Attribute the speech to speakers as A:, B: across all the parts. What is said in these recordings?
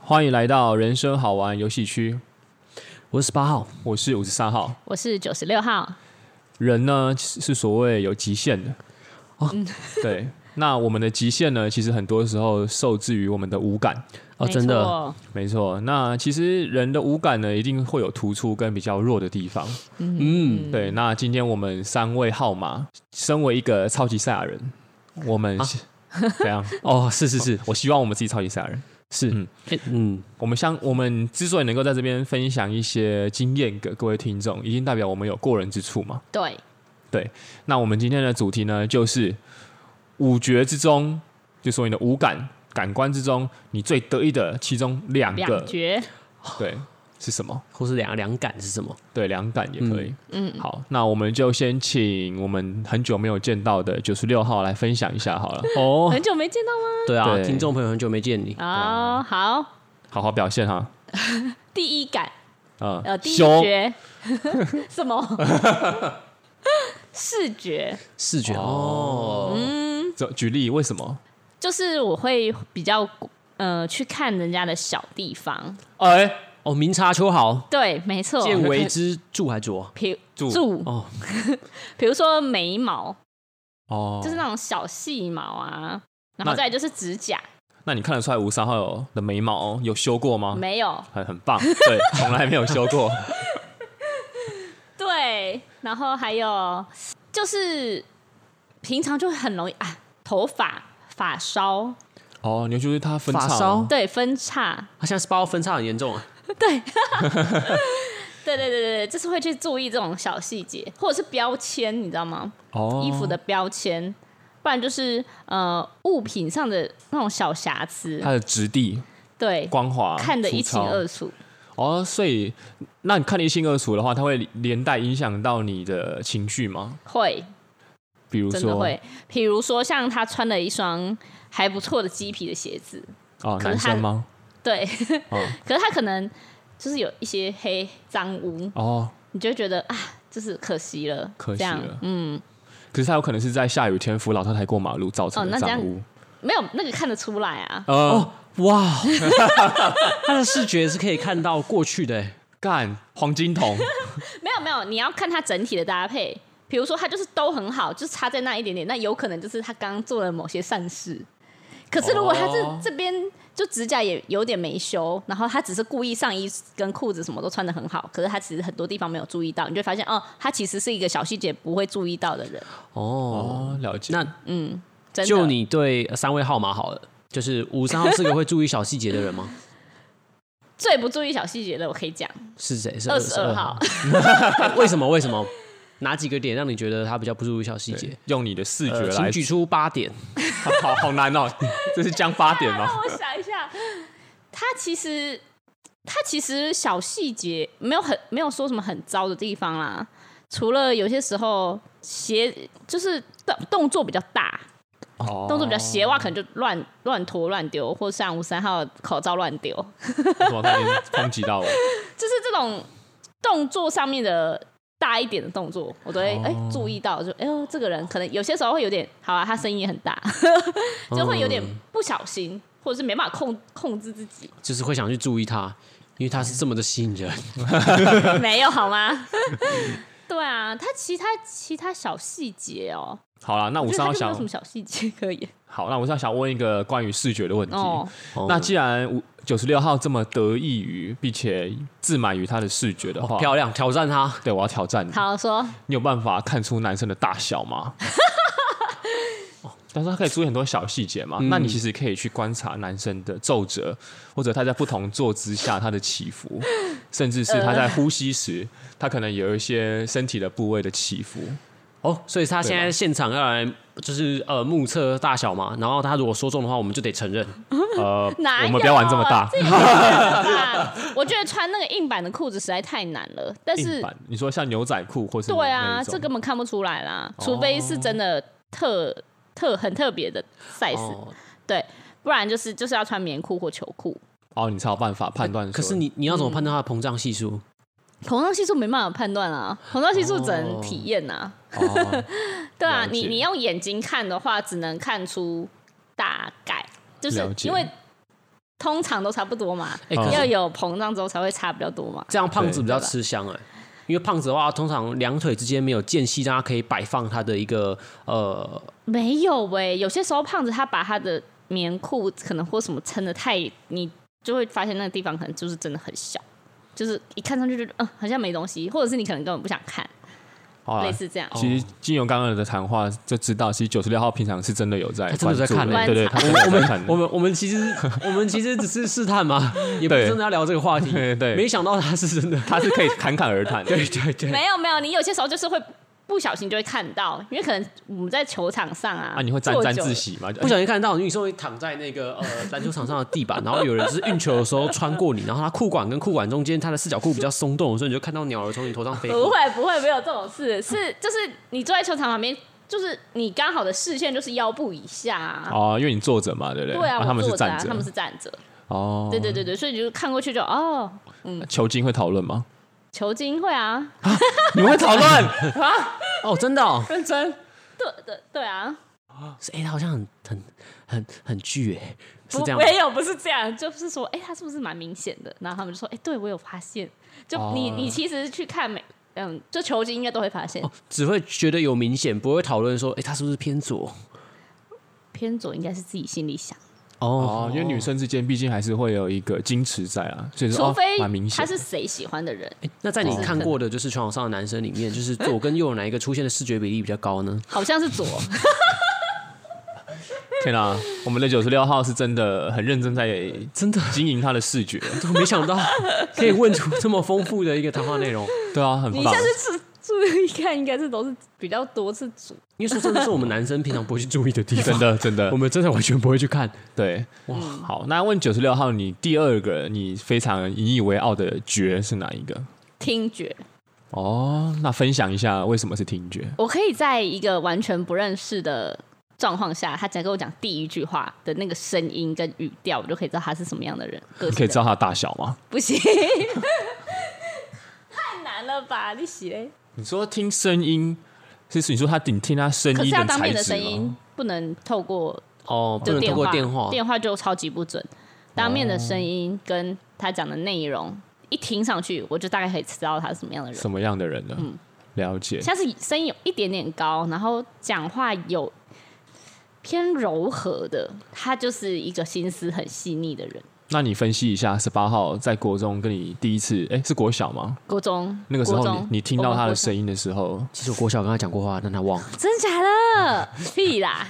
A: 欢迎来到人生好玩游戏区，
B: 我是十八号，
A: 我是五十三号。
C: 我是九十六号，
B: 哦
A: 人呢是是所谓有极限的，哦，对。那我们的极限呢，其实很多时候受制于我们的五感。
B: 哦，
C: 没
B: 真的，
C: 错，
A: 没错，那其实人的五感呢，一定会有突出跟比较弱的地方。
B: 嗯，
A: 对，那今天我们三位号码，身为一个超级赛亚人，我们、
B: 啊
A: 怎 样？
B: 哦，是是是
A: 我希望我们自己超级赛亚人。
B: 是，
A: 嗯
B: 嗯，
A: 我们相我们之所以能够在这边分享一些经验给各位听众，一定代表我们有过人之处嘛。
C: 对，
A: 那我们今天的主题呢，就是五觉之中，就说你的五感感官之中，你最得意的其中两个
C: 两，绝，
A: 对，是什么？
B: 或是两两感是什么？
A: 对，两感也可以。
C: 嗯，
A: 好，那我们就先请我们很久没有见到的九十六号来分享一下好了，
B: 哦，
C: 很久没见到吗？
B: 对啊，
A: 对
B: 听众朋友很久没见你，嗯
C: 哦，好，
A: 好好表现哈。
C: 第一感，
A: 嗯，
C: 呃，第一
A: 羞
C: 觉， 什么？ 视觉，
B: 视觉哦，
A: 这举例为什么？
C: 就是我会比较呃去看人家的小地方，
A: 哎、
B: 哦，明察秋毫，
C: 对，没错，
B: 见微知著还著，
C: 比
A: 住
C: 住
B: 哦，
C: 比如说眉毛，
A: 哦，
C: 就是那种小细毛啊，然后
A: 那
C: 再来就是指甲，
A: 那你看得出来吴三号的眉毛有修过
B: 哦
A: 吗？
C: 没有，
A: 很很棒， 对，从来没有修过。
C: 对，然后还有就是平常就很容易啊，头发发梢，
A: 哦，你就是他分
B: 发
A: 叉
B: 梢
A: 吗
C: 对，分叉，
B: 他现在十八号分叉很严重啊，
C: 对对对对对，就是会去注意这种小细节，或者是标签，你知道吗？
A: 哦
C: 衣服的标签，不然就是呃物品上的那种小瑕疵，
A: 它的质地
C: 对，
A: 光滑，
C: 看得一
A: 粗
C: 清
A: 糙
C: 二楚，
A: 哦，所以那你看得一清二楚的话，它会连带影响到你的情绪吗？
C: 会
A: 比如
C: 真的
A: 说，
C: 会。比如说像他穿了一双还不错的鸡皮的鞋子，
A: 哦，
C: 可是
A: 男
C: 它
A: 生吗？
C: 对，
A: 哦
C: 可是他可能就是有一些黑脏污，
A: 哦，
C: 你就会觉得啊，就是可惜了，
A: 可惜
C: 这样
A: 了
C: 嗯，
A: 可是他有可能是在下雨天扶老太太过马路造成
C: 哦
A: 的
C: 那这
A: 脏
C: 样
A: 污。
C: 没有那个看得出来啊，
A: 呃，
B: 哇， 他的视觉是可以看到过去的欸，
A: 干黄金瞳
C: 没有没有，你要看它整体的搭配。比如说，它就是都很好，就差在那一点点，那有可能就是他刚刚做了某些善事。可是如果他这、
A: 哦
C: 这边就指甲也有点没修，然后他只是故意上衣跟裤子什么都穿的很好，可是他其实很多地方没有注意到，你就会发现哦，他其实是一个小细节不会注意到的人。
B: 哦，
A: 哦，了解。
B: 那
C: 真的，
B: 哦就你对呃三位号码好了，就是五三号是个会注意小细节的人吗？
C: 最不注意小细节的，我可以讲
B: 是谁？是
C: 二十二号，
B: 为什么？为什么？哪几个点让你觉得他比较不注意小细节
A: 对？用你的视觉
B: 呃
A: 来
B: 请，举出八点。
A: 好好难哦，这是将八点 吗？
C: 我想一下，他其实他其实小细节没有很没有说什么很糟的地方啦，除了有些时候鞋就是动动作比较大，
A: 哦
C: 动作比较鞋袜可能就乱乱脱乱丢，或像吴三号口罩乱丢，
A: 为什么他已经抨击到我？
C: 就是这种动作上面的。大一点的动作，我都会
A: 哦
C: 哎、注意到，就哎呦，这个人可能有些时候会有点，好啊，他声音也很大， 就会有点
A: 嗯
C: 不小心，或者是没办法控控制自己。
B: 就是会想去注意他，因为他是这么的吸引人。
C: 没有好吗？对啊，他其他其他小细节哦，
A: 好了，那
C: 我
A: 五
C: 觉
A: 三号
C: 得他就没有
A: 想
C: 什么小细节可以
A: 好，那我想想问一个关于视觉的问题。
C: 哦。
A: 那既然五九十六号这么得意于并且自满于他的视觉的话，
B: 哦漂亮，挑战他。
A: 对我要挑战你，
C: 好说，
A: 你有办法看出男生的大小吗？ 哦但是他可以注意很多小细节嘛，
C: 嗯
A: 那你其实可以去观察男生的皱褶，或者他在不同坐姿下他的起伏，甚至是
C: 呃
A: 他在呼吸时，他可能有一些身体的部位的起伏。
B: 哦，所以他现
A: 对
B: 在现场要来，就是呃目测大小嘛。然后他如果说中的话，我们就得承认。
A: 呃，
C: 哪有啊
A: 我们不要玩这么大。
C: 哎这也太难了吧啊我觉得穿那个硬版的裤子实在太难了，但
A: 硬
C: 是
A: 版，你说像牛仔裤或是
C: 对啊，
A: 那种哦
C: 这根本看不出来啦，除非是真的特特很特别的 size，
B: 哦，
C: 不然就是就是要穿棉裤或球裤。
A: 哦，你才有办法判断说。
B: 可是你你要怎么判断他的膨胀系
A: 嗯
B: 数？
C: 膨胀系数没办法判断啊，膨胀系数只能体验呐、啊。
A: 哦，
C: 对啊，
A: 了
C: 你
A: 解
C: 你用眼睛看的话，只能看出大概，就是
A: 了解
C: 因为通常都差不多嘛，
B: 哎可是
C: 要有膨胀之后才会差比较多嘛。
B: 这样胖子比较吃香哎、因为胖子的话，通常两腿之间没有间隙，让他可以摆放他的一个呃，
C: 没有喂、有些时候胖子他把他的棉裤可能或什么撑的太，你就会发现那个地方可能就是真的很小，就是一看上去就觉得嗯好像没东西，或者是你可能根本不想看，
A: 好
C: 类
A: 了。
C: 似这样。
A: 其实金由刚刚的谈话就知道，其实九十六号平常是真的有在
B: 他真的在看
A: 关注对
C: 欸
A: 对，
C: 观察
A: 他真的
B: 我
A: 在看
B: 们我们我们其实我们其实只是试探 嘛，也不是
A: 对
B: 真的要聊这个话题。
A: 对对
B: 没想到他是真的，
A: 他是可以侃侃而谈的。 对对对。
C: 没有没有，你有些时候就是会不小心就会看到，因为可能我们在球场上啊，
A: 啊，你会沾
C: 坐
A: 沾
C: 久
A: 自
C: 了
A: 喜吗？就
B: 不小心看到你，你说你躺在那个呃 篮球场上的地板，然后有人就是运球的时候穿过你，然后他裤管跟裤管中间他的四角裤比较松动，所以你就看到鸟儿从你头上飞
C: 不
B: 过。
C: 会不会，没有这种事，是 就是你坐在球场旁边，就是你刚好的视线就是腰部以下、啊。
A: 哦，因为你坐着嘛，对不对？
C: 对啊，
A: 他们
C: 我
A: 是
C: 坐着
A: 站
C: 啊，
A: 着
C: 他，们是站着，
A: 哦，
C: 对对对对，所以你就看过去就哦，
A: 球经会讨论吗？
C: 球精会啊，
A: 你们会讨论？
B: 哦，真的、哦，
A: 认真？
C: 对对对啊，
B: 是哎、他好像很很很很巨哎、是
C: 不
B: 这样吗。
C: 没有不是这样，就是说，哎，他是不是蛮明显的？然后他们就说，哎，对我有发现，就
A: 哦
C: 你你其实去看每嗯，就球精应该都会发现
B: 哦，，只会觉得有明显，不会讨论说，哎、他是不是偏左？
C: 偏左应该是自己心里想，
A: 哦，因为女生之间毕竟还是会有一个矜持在啊，所以说
C: 除
A: 哦
C: 非
A: 蛮明
C: 他
A: 显。
C: 是谁喜欢的人，
B: 那在你看过的哦就是全网上的男生里面，就是左跟右哪一个出现的视觉比例比较高呢？
C: 好像 是左，
A: 天啊，我们的九十六号是真的很认真在
B: 真的
A: 经营他的视觉，
B: 都没想到可以问出这么丰富的一个谈话内容。
A: 对啊，很
C: 你
A: 棒
C: 下。次注注意看，应该是都是比较多是左。
B: 因为说真的是我们男生平常不会去注意的地
A: 真
B: 方，
A: 的，真的
B: 我，们真的完全不会去看。
A: 对，哇，好，那问九十六号，你第二个你非常引以为傲的觉是哪一个？
C: 听觉，
A: 哦，那分享一下为什么是听觉？
C: 我可以在一个完全不认识的状况下，他只跟我讲第一句话的那个声音跟语调，我就可以知道他是什么样的人。个
A: 你
C: 性
A: 可以
C: 的
A: 知道它的大小吗？
C: 人不行， 太难了吧？你洗嘞？
A: 你说听声音，是你说他顶听他声
C: 可是
A: 音
C: 要
A: 的
C: 当
A: 材
C: 面的
A: 质
C: 声
A: 吗
C: 音？不能透过
B: 哦，不
C: 就
B: 能
C: 电
B: 通过
C: 话，
B: 电话。
C: 就超级不准。当面的声音跟他讲的内容一听上去，我就大概可以知道他是什么样的人。
A: 什么样的人呢？了解。
C: 嗯像是声音有一点点高，然后讲话有偏柔和的，他就是一个心思很细腻的人。
A: 那你分析一下，十八号在国中跟你第一次，哎、是国小吗？
C: 国中
A: 那个时候
C: 国中
A: 你你听到他的声
C: 音，
A: 音的时候，
B: 其实我国小跟他讲过话，但他忘了。
C: 我国中真假的？屁啦，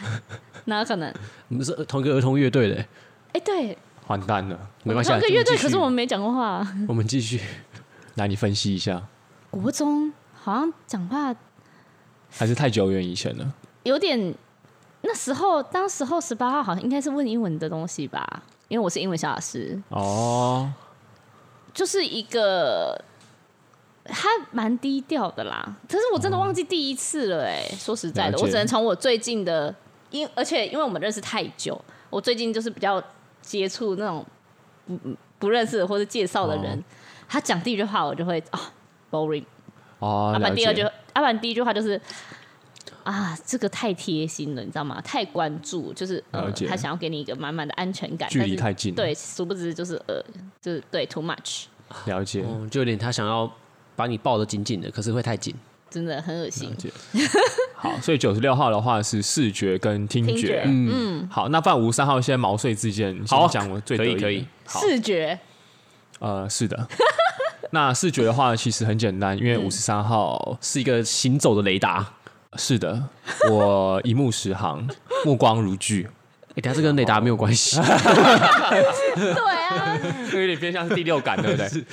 C: 哪有可能？
B: 我们是呃同一个儿童乐队的，
C: 哎、对，
A: 完蛋了。
B: 没关系啊。
C: 同一个乐队，
B: 继续
C: 可是我们没讲过话。啊
B: 我们继续。
A: 来，你分析一下，
C: 国中好像讲话
A: 还是太久远以前了。
C: 有点，那时候当时候十八号好像应该是问英文的东西吧，因为我是英文小老师。
A: 哦，
C: 就是一个他蛮低调的啦，可是我真的忘记第一次了哎、说实在
A: 哦
C: 的，
A: 了解
C: 我只能从我最近的，因而且因为我们认识太久，我最近就是比较接触那种不不认识的或者介绍的人，他讲第一句话我就会啊、boring，
A: 哦
C: 要，啊
A: 了
C: 不然第二句，
A: 解。
C: 要不然第一句话就是。啊，这个太贴心了，你知道吗？太关注，就是呃
A: 了，解
C: 他想要给你一个满满的安全感，
A: 距离
C: 但是
A: 太近了
C: 对，殊不知就是呃，就是对 too much。
A: 了解。
C: 嗯
B: 哦，就有点他想要把你抱得紧紧的，可是会太紧。
C: 真的很恶心
A: 了。解。好，所以九十六号的话是视觉跟听
C: 听觉
A: 嗯，好，那范五三号现在毛遂自荐，
B: 好
A: 先讲我最
B: 可以
A: 得意
B: 可以
A: 的好
C: 视觉
A: 呃，是的。 那视觉的话，其实很简单，因为五十三号
B: 是一个行走的雷达。
A: 是的，我一目十行，目光如炬，
B: 哎、欸，但这跟雷达没有关系。
C: 对啊，
A: 有点偏向 是第六感，对不对？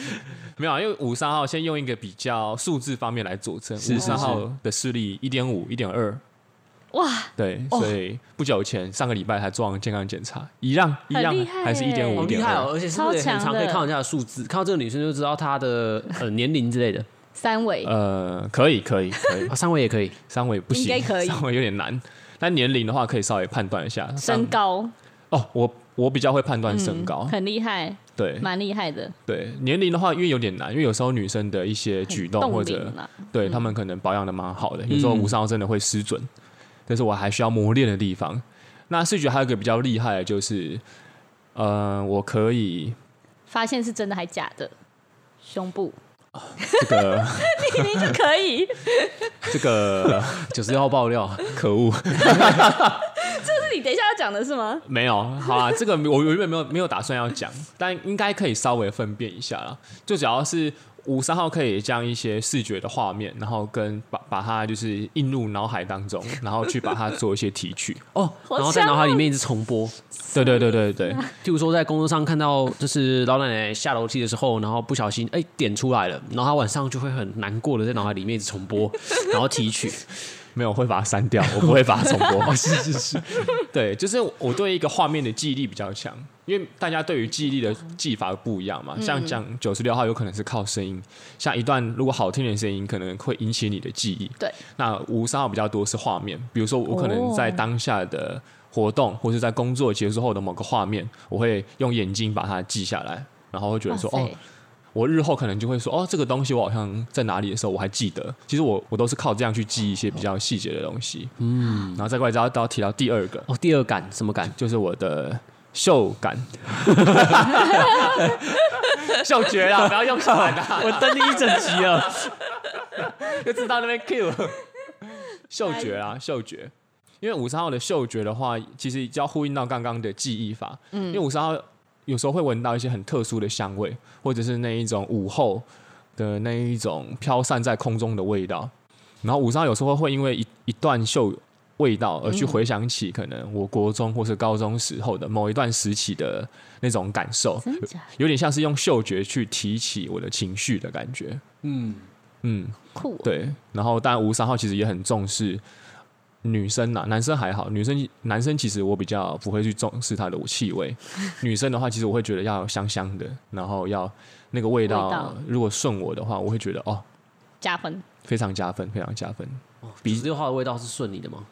A: 没有啊，因为五十三号先用一个比较数字方面来佐证，
B: 是
A: 五十三
B: 是
A: 号的视力一点五、一点二，
C: 哇，
A: 对，所以不久前上个礼拜才做完健康检查，一样一样
C: 很厉害
A: 还是一点
C: 耶
A: 五、
B: 好
A: 一
B: 厉
A: 点
B: 害哦！
A: 二，
B: 而且是不是也
C: 超强
B: 很常可
C: 的
B: 以看到人家的数字，看到这个女生就知道她的呃年龄之类的
C: 三维
A: 呃，可以可以可以
B: 啊，，三围也可以。
A: 三围不行，
C: 应该可以
A: 三围有点难。但年龄的话，可以稍微判断一下三
C: 身高嗯
A: 哦，我我比较会判断身高，
C: 很厉害，
A: 对
C: 蛮厉害的，
A: 对。年龄的话，因为有点难，因为有时候女生的一些举动或
C: 冻
A: 者
C: 龄啦，
A: 对她们可能保养的蛮好的，有时候
C: 嗯
A: 无伤真的会失准，这是我还需要磨练的地方。那视觉还有一个比较厉害的就是，呃，我可以
C: 发现是真的还假的，胸 部
A: 这个
C: 明明就可以，
A: 这个
B: 九十六号爆料，
A: 可恶，
C: 这是你等一下要讲的是吗？
A: 没有，好啊，这个我我原本没有没有打算要讲，但应该可以稍微分辨一下啦。就只要是五三号可以将一些视觉的画面，然后跟把把它就是映入脑海当中，然后去把它做一些提取。
B: 哦，
C: 我
B: 然后在
C: 想
B: 脑海里面一直重播。
A: 对对对对对，
B: 譬如说在工作上看到就是老奶奶下楼梯的时候，然后不小心哎、点出来了，然后她晚上就会很难过的在脑海里面一直重 播，然后提取。
A: 没有我会把它删掉，我不会把它重播。是是是， 对，就是我对一个画面的记忆力比较强，因为大家对于记忆力的记法不一样嘛。像讲九十六号有可能是靠声音，像一段如果好听的声音可能会引起你的记忆。
C: 对，
A: 那五十三号比较多是画面，比如说我可能在当下的活动、或是在工作结束后的某个画面，我会用眼睛把它记下来，然后会觉得说
C: 哇
A: 哦
C: 塞，
A: 我日后可能就会说，哦，这个东西我好像在哪里的时候我还记得。其实我我都是靠这样去记一些比较细节的东西。嗯，然后再过来只要到提到第二个，
B: 哦，第二感什么感？
A: 就是我的嗅感， 嗅觉啊啦，不要用嗅感啦，
B: 我等你一整集 了。
A: 就知道那边 Q。嗅觉啦，嗅觉，因为五三号的嗅觉的话，其实就要呼应到刚刚的记忆法。嗯，因为五三号有时候会闻到一些很特殊的香味，或者是那一种午后的那一种飘散在空中的味道。然后五三号有时候会因为一一段嗅味道而去回想起可能我国中或是高中时候的某一段时期的那种感受，
C: 真假
A: 有点像是用嗅觉去提起我的情绪的感觉。
B: 嗯，
A: 嗯，
C: 酷哦、
A: 对，然后但吴三号其实也很重视女生呐、男生还好，女生男生其实我比较不会去重视它的气味，女生的话其实我会觉得要香香的，然后要那个味道，
C: 味道
A: 如果顺我的话，我会觉得哦
C: 加分，
A: 非常加分，非常加分，
B: 九哦十六号的味道是顺你的吗？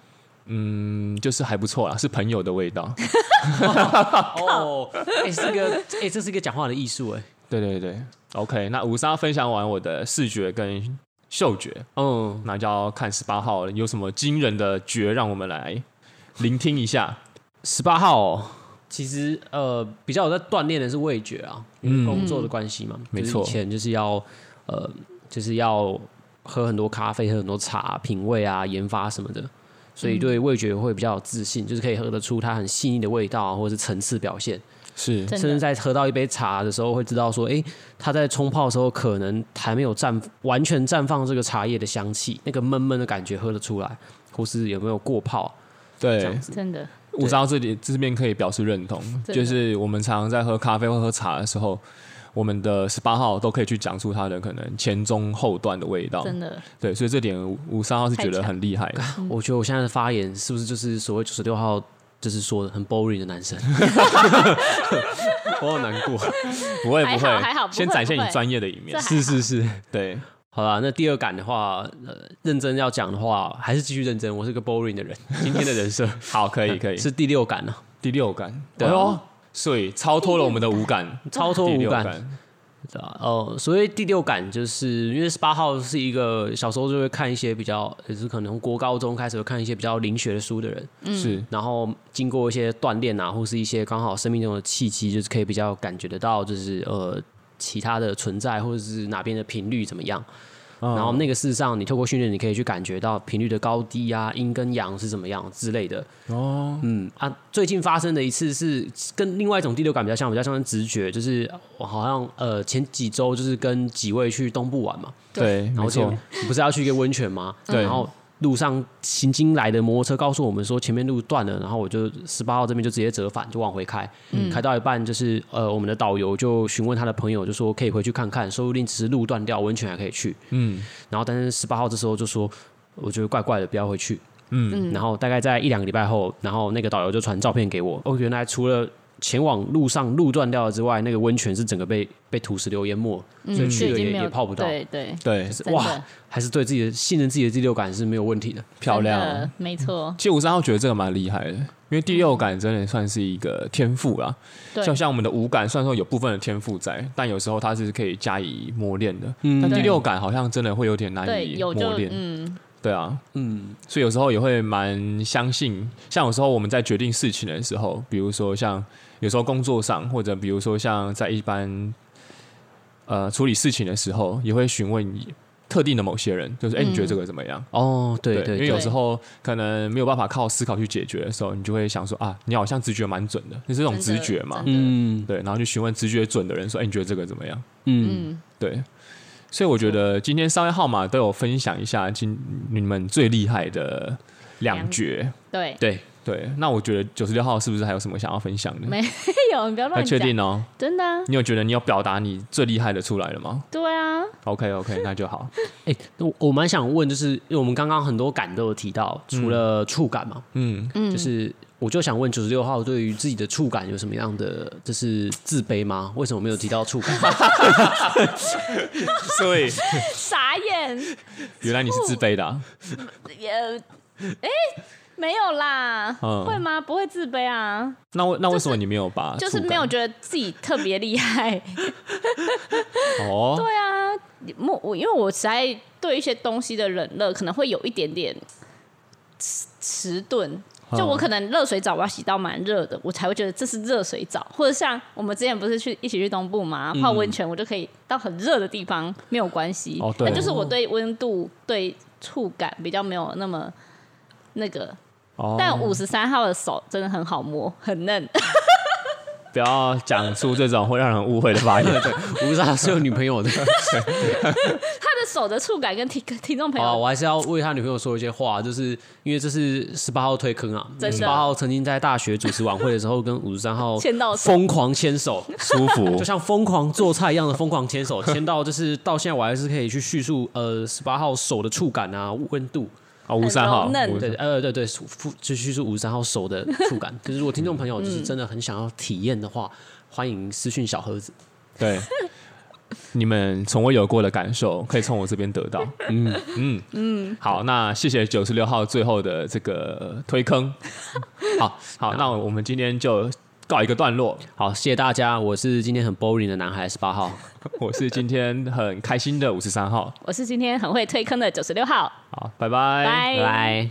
A: 嗯，就是还不错啦，是朋友的味道，
B: 哦，哎、是个哎、这是一个讲话的艺术哎。
A: 对对对，OK，那吴三号分享完我的视觉跟嗅觉，
B: 嗯，
A: 那就要看十八号有什么惊人的觉，让我们来聆听一下，
B: 十八号、哦，其实呃比较有在锻炼的是味觉啊，因为工作的关系嘛，
A: 没
B: 嗯就是
A: 错
B: 以前就是要呃就是要喝很多咖啡，喝很多茶，品味啊、研发什么的，所以对味觉会比较有自信，就是可以喝得出它很细腻的味道、啊、或者是层次表现，
A: 是
C: 真
B: 甚至
C: 的
B: 在喝到一杯茶的时候会知道说，哎、它在冲泡的时候可能还没有绽完全绽放这个茶叶的香气，那个闷闷的感觉喝得出来，或是有没有过泡啊这
A: 对
B: 样。子。
C: 真的
A: 我知道这里这边可以表示认同，
C: 的
A: 就是我们常常在喝咖啡或喝茶的时候，我们的十八号都可以去讲出它的可能前中后段的味道。
C: 真的
A: 对，所以这点五三号是觉得很厉害的。
B: 我觉得我现在的发言是不是就是所谓九十六号，就是说的很 boring 的男生？
A: 我好难 过，不会不
C: 还好还好
A: 会，
C: 不会
A: 先展现
C: 不会
A: 你专业的一面
C: 这。还好
A: 是是，对，
B: 好啦，那第二感的话，呃，认真要讲的话，还是继续认真。我是个 boring 的人，今天的人设
A: 好， 可以可以。
B: 是第六感啊 呢、
A: 第六感，对
B: 对啊
A: 哦，所以超脱了我们的五感。
B: 超脱
A: 第
B: 五
A: 六
B: 感。对啊呃，所谓第六感，就是因为十八号是一个小时候就会看一些比较，也是可能国高中开始会看一些比较灵学的书的人，
C: 嗯
A: 是
B: 然后经过一些锻炼啊，或是一些刚好生命中的契机，就是可以比较感觉得到，就是呃其他的存在，或者是哪边的频率怎么样。然后那个事实上，你透过训练，你可以去感觉到频率的高低啊、阴跟阳是怎么样之类的。
A: 哦，
B: 嗯啊，最近发生的一次是跟另外一种第六感比较像，比较像是直觉，就是我好像呃前几周就是跟几位去东部玩嘛，
A: 对，
B: 然
A: 没
B: 后就
A: 错，
B: 不是要去一个温泉吗？
A: 对
B: 然后路上行经来的摩托车告诉我们说前面路断了，然后我就十八号这边就直接折返，就往回开。
A: 嗯
B: 开到一半就是呃，我们的导游就询问他的朋友，就说可以回去看看，说不定只是路断掉，温泉还可以去。
A: 嗯
B: 然后但是十八号这时候就说，我觉得怪怪的，不要回去。
A: 嗯，
B: 然后大概在一两个礼拜后，然后那个导游就传照片给我，哦，原来除了。前往路上路断掉了之外，那个温泉是整个被被土石流淹没，所以
C: 嗯
B: 去
C: 就
B: 了
C: 已经
B: 也
C: 没有
B: 也泡不到。
C: 对对，
A: 对，
B: 是
C: 真
B: 哇
C: 的，
B: 还是对自己的信任自己的第六感是没有问题的。
A: 漂
C: 真
A: 亮
C: 的。没错，
A: 其实五三号觉得这个蛮厉害的，因为第六感真的算是一个天赋啦。
C: 对，
A: 像像我们的五感，虽然说有部分的天赋在，但有时候它是可以加以磨练的。但第
B: 嗯
C: 对
A: 六感好像真的会有点难
C: 对
A: 以
C: 有
A: 嗯
C: 就
A: 磨练。
C: 嗯，
A: 对啊，嗯，所以有时候也会蛮相信，像有时候我们在决定事情的时候，比如说像有时候工作上，或者比如说像在一般呃处理事情的时候，也会询问特定的某些人，就是哎、你觉得这个怎么样？
B: 哦，对对
A: 因为有
C: 对
A: 时候可能没有办法靠思考去解决的时候，你就会想说啊，你好像直觉蛮准的，就是这种直觉嘛，
C: 嗯
B: 嗯
A: 对，然后就询问直觉准的人说，哎、你觉得这个怎么样？
B: 嗯，
C: 嗯，
A: 对，所以我觉得今天商业号码都有分享一下今你们最厉害的两绝。
C: 对，
B: 对，
A: 对，那我觉得九十六号是不是还有什么想要分享的？
C: 没 有，你不要
A: 那
C: 乱
A: 确
C: 讲，
A: 定哦，
C: 真的啊，
A: 你有觉得你有表达你最厉害的出来了吗
C: 对啊，
A: ？OK OK，那就 好。
B: 哎，那我我蛮想问，就是因为我们刚刚很多感都有提到，除了触感嘛，
A: 嗯，
B: 就是我就想问九十六号对于自己的触感有什么样的就是自卑吗？为什么没有提到 触感？
A: 所以
C: 傻眼，
A: 原来你是自卑的啊、
C: 也，哎，没有啦，
A: 嗯
C: 会吗？不会自卑啊，
A: 那为那为什么你没有把
C: 就是
A: 触
C: 没
A: 感
C: 有觉得自己特别厉害。
A: 哦？
C: 对啊，我我因为我实在对一些东西的冷热可能会有一点点迟迟钝，
A: 嗯
C: 就我可能热水澡我要洗到蛮热的，我才会觉得这是热水澡，或者像我们之前不是去一起去东部嘛，
A: 嗯
C: 泡温泉，我就可以到很热的地方没有关系。
A: 哦对
C: 那就是我对温度、对触感比较没有那么那个。
A: 哦，
C: 但五十三号的手真的很好摸，很嫩。
A: 不要讲出这种会让人误会的发言。
B: 吴莎是有女朋友的
C: 他的手的触感跟听听众朋
B: 啊，
C: 友
A: 哦
B: 我还是要为他女朋友说一些话，就是因为这是十八号推坑啊，
C: 真的
B: 十八号曾经在大学主持晚会的时候跟五十 三号
C: 牵到手
B: 疯狂牵手，
A: 舒服
B: 就像疯狂做菜一样的疯狂牵手，牵到就是到现在我还是可以去叙述呃十八号手的触感啊温度，
A: 哦，五三号
C: 很柔，嫩
A: 53
B: 对呃对对，复就叙述五十三号手的触感。就是如果听众朋友就是真的很想要体验的话，欢迎私讯小盒子。
A: 对，你们从未有过的感受，可以从我这边得到。嗯嗯嗯，好，那谢谢九十六号最后的这个推坑。好好，那我们今天就告一个段落。
B: 好，谢谢大家，我是今天很 boring 的男孩十八号，
A: 我是今天很开心的五十三号。
C: 我是今天很会推坑的九十六号，
A: 好，拜拜，
C: 拜
B: 拜拜。